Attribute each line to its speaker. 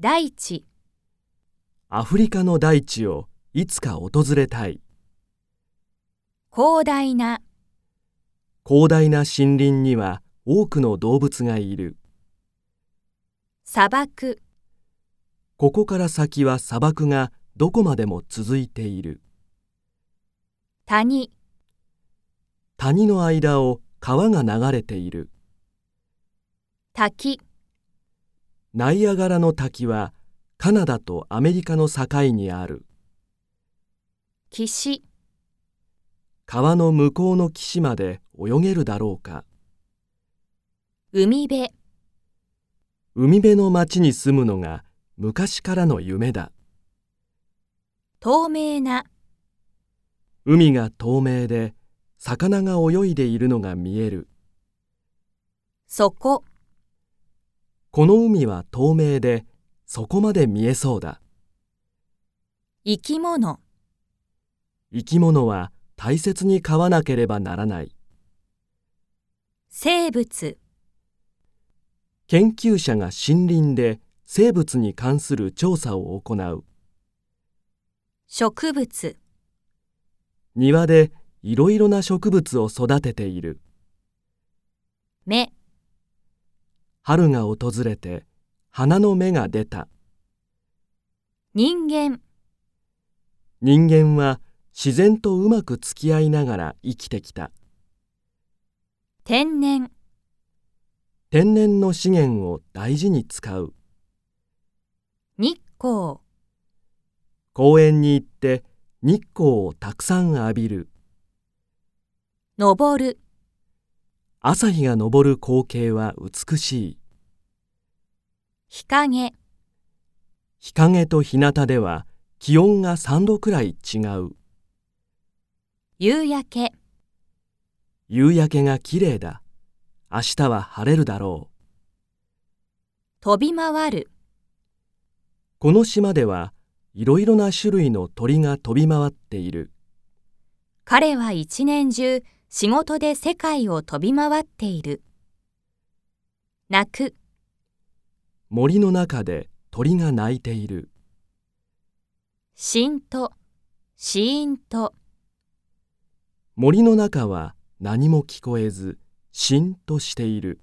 Speaker 1: 大地、
Speaker 2: アフリカの大地をいつか訪れたい。
Speaker 1: 広大な、
Speaker 2: 広大な森林には多くの動物がいる。
Speaker 1: 砂漠、
Speaker 2: ここから先は砂漠がどこまでも続いている。
Speaker 1: 谷、
Speaker 2: 谷の間を川が流れている。
Speaker 1: 滝、
Speaker 2: ナイアガラの滝はカナダとアメリカの境にある。
Speaker 1: 岸、
Speaker 2: 川の向こうの岸まで泳げるだろうか。
Speaker 1: 海辺、
Speaker 2: 海辺の町に住むのが昔からの夢だ。
Speaker 1: 透明な、
Speaker 2: 海が透明で魚が泳いでいるのが見える。
Speaker 1: 底、
Speaker 2: この海は透明でそこまで見えそうだ。
Speaker 1: 生き物、
Speaker 2: 生き物は大切に飼わなければならない。
Speaker 1: 生物、
Speaker 2: 研究者が森林で生物に関する調査を行う。
Speaker 1: 植物、
Speaker 2: 庭でいろいろな植物を育てている。
Speaker 1: 目、
Speaker 2: 春が訪れて花の芽が出た。
Speaker 1: 人間、
Speaker 2: 人間は自然とうまく付き合いながら生きてきた。
Speaker 1: 天然、
Speaker 2: 天然の資源を大事に使う。
Speaker 1: 日光、
Speaker 2: 公園に行って日光をたくさん浴びる。
Speaker 1: 登る、
Speaker 2: 朝日が昇る光景は美しい。
Speaker 1: 日陰、
Speaker 2: 日陰と日向では気温が3度くらい違う。
Speaker 1: 夕焼け、
Speaker 2: 夕焼けが綺麗だ。明日は晴れるだろう。
Speaker 1: 飛び回る、
Speaker 2: この島ではいろいろな種類の鳥が飛び回っている。
Speaker 1: 彼は一年中仕事で世界を飛び回っている。泣く、
Speaker 2: 森の中で鳥が鳴いている。
Speaker 1: しんと、しーんと、
Speaker 2: 森の中は何も聞こえず、しんとしている。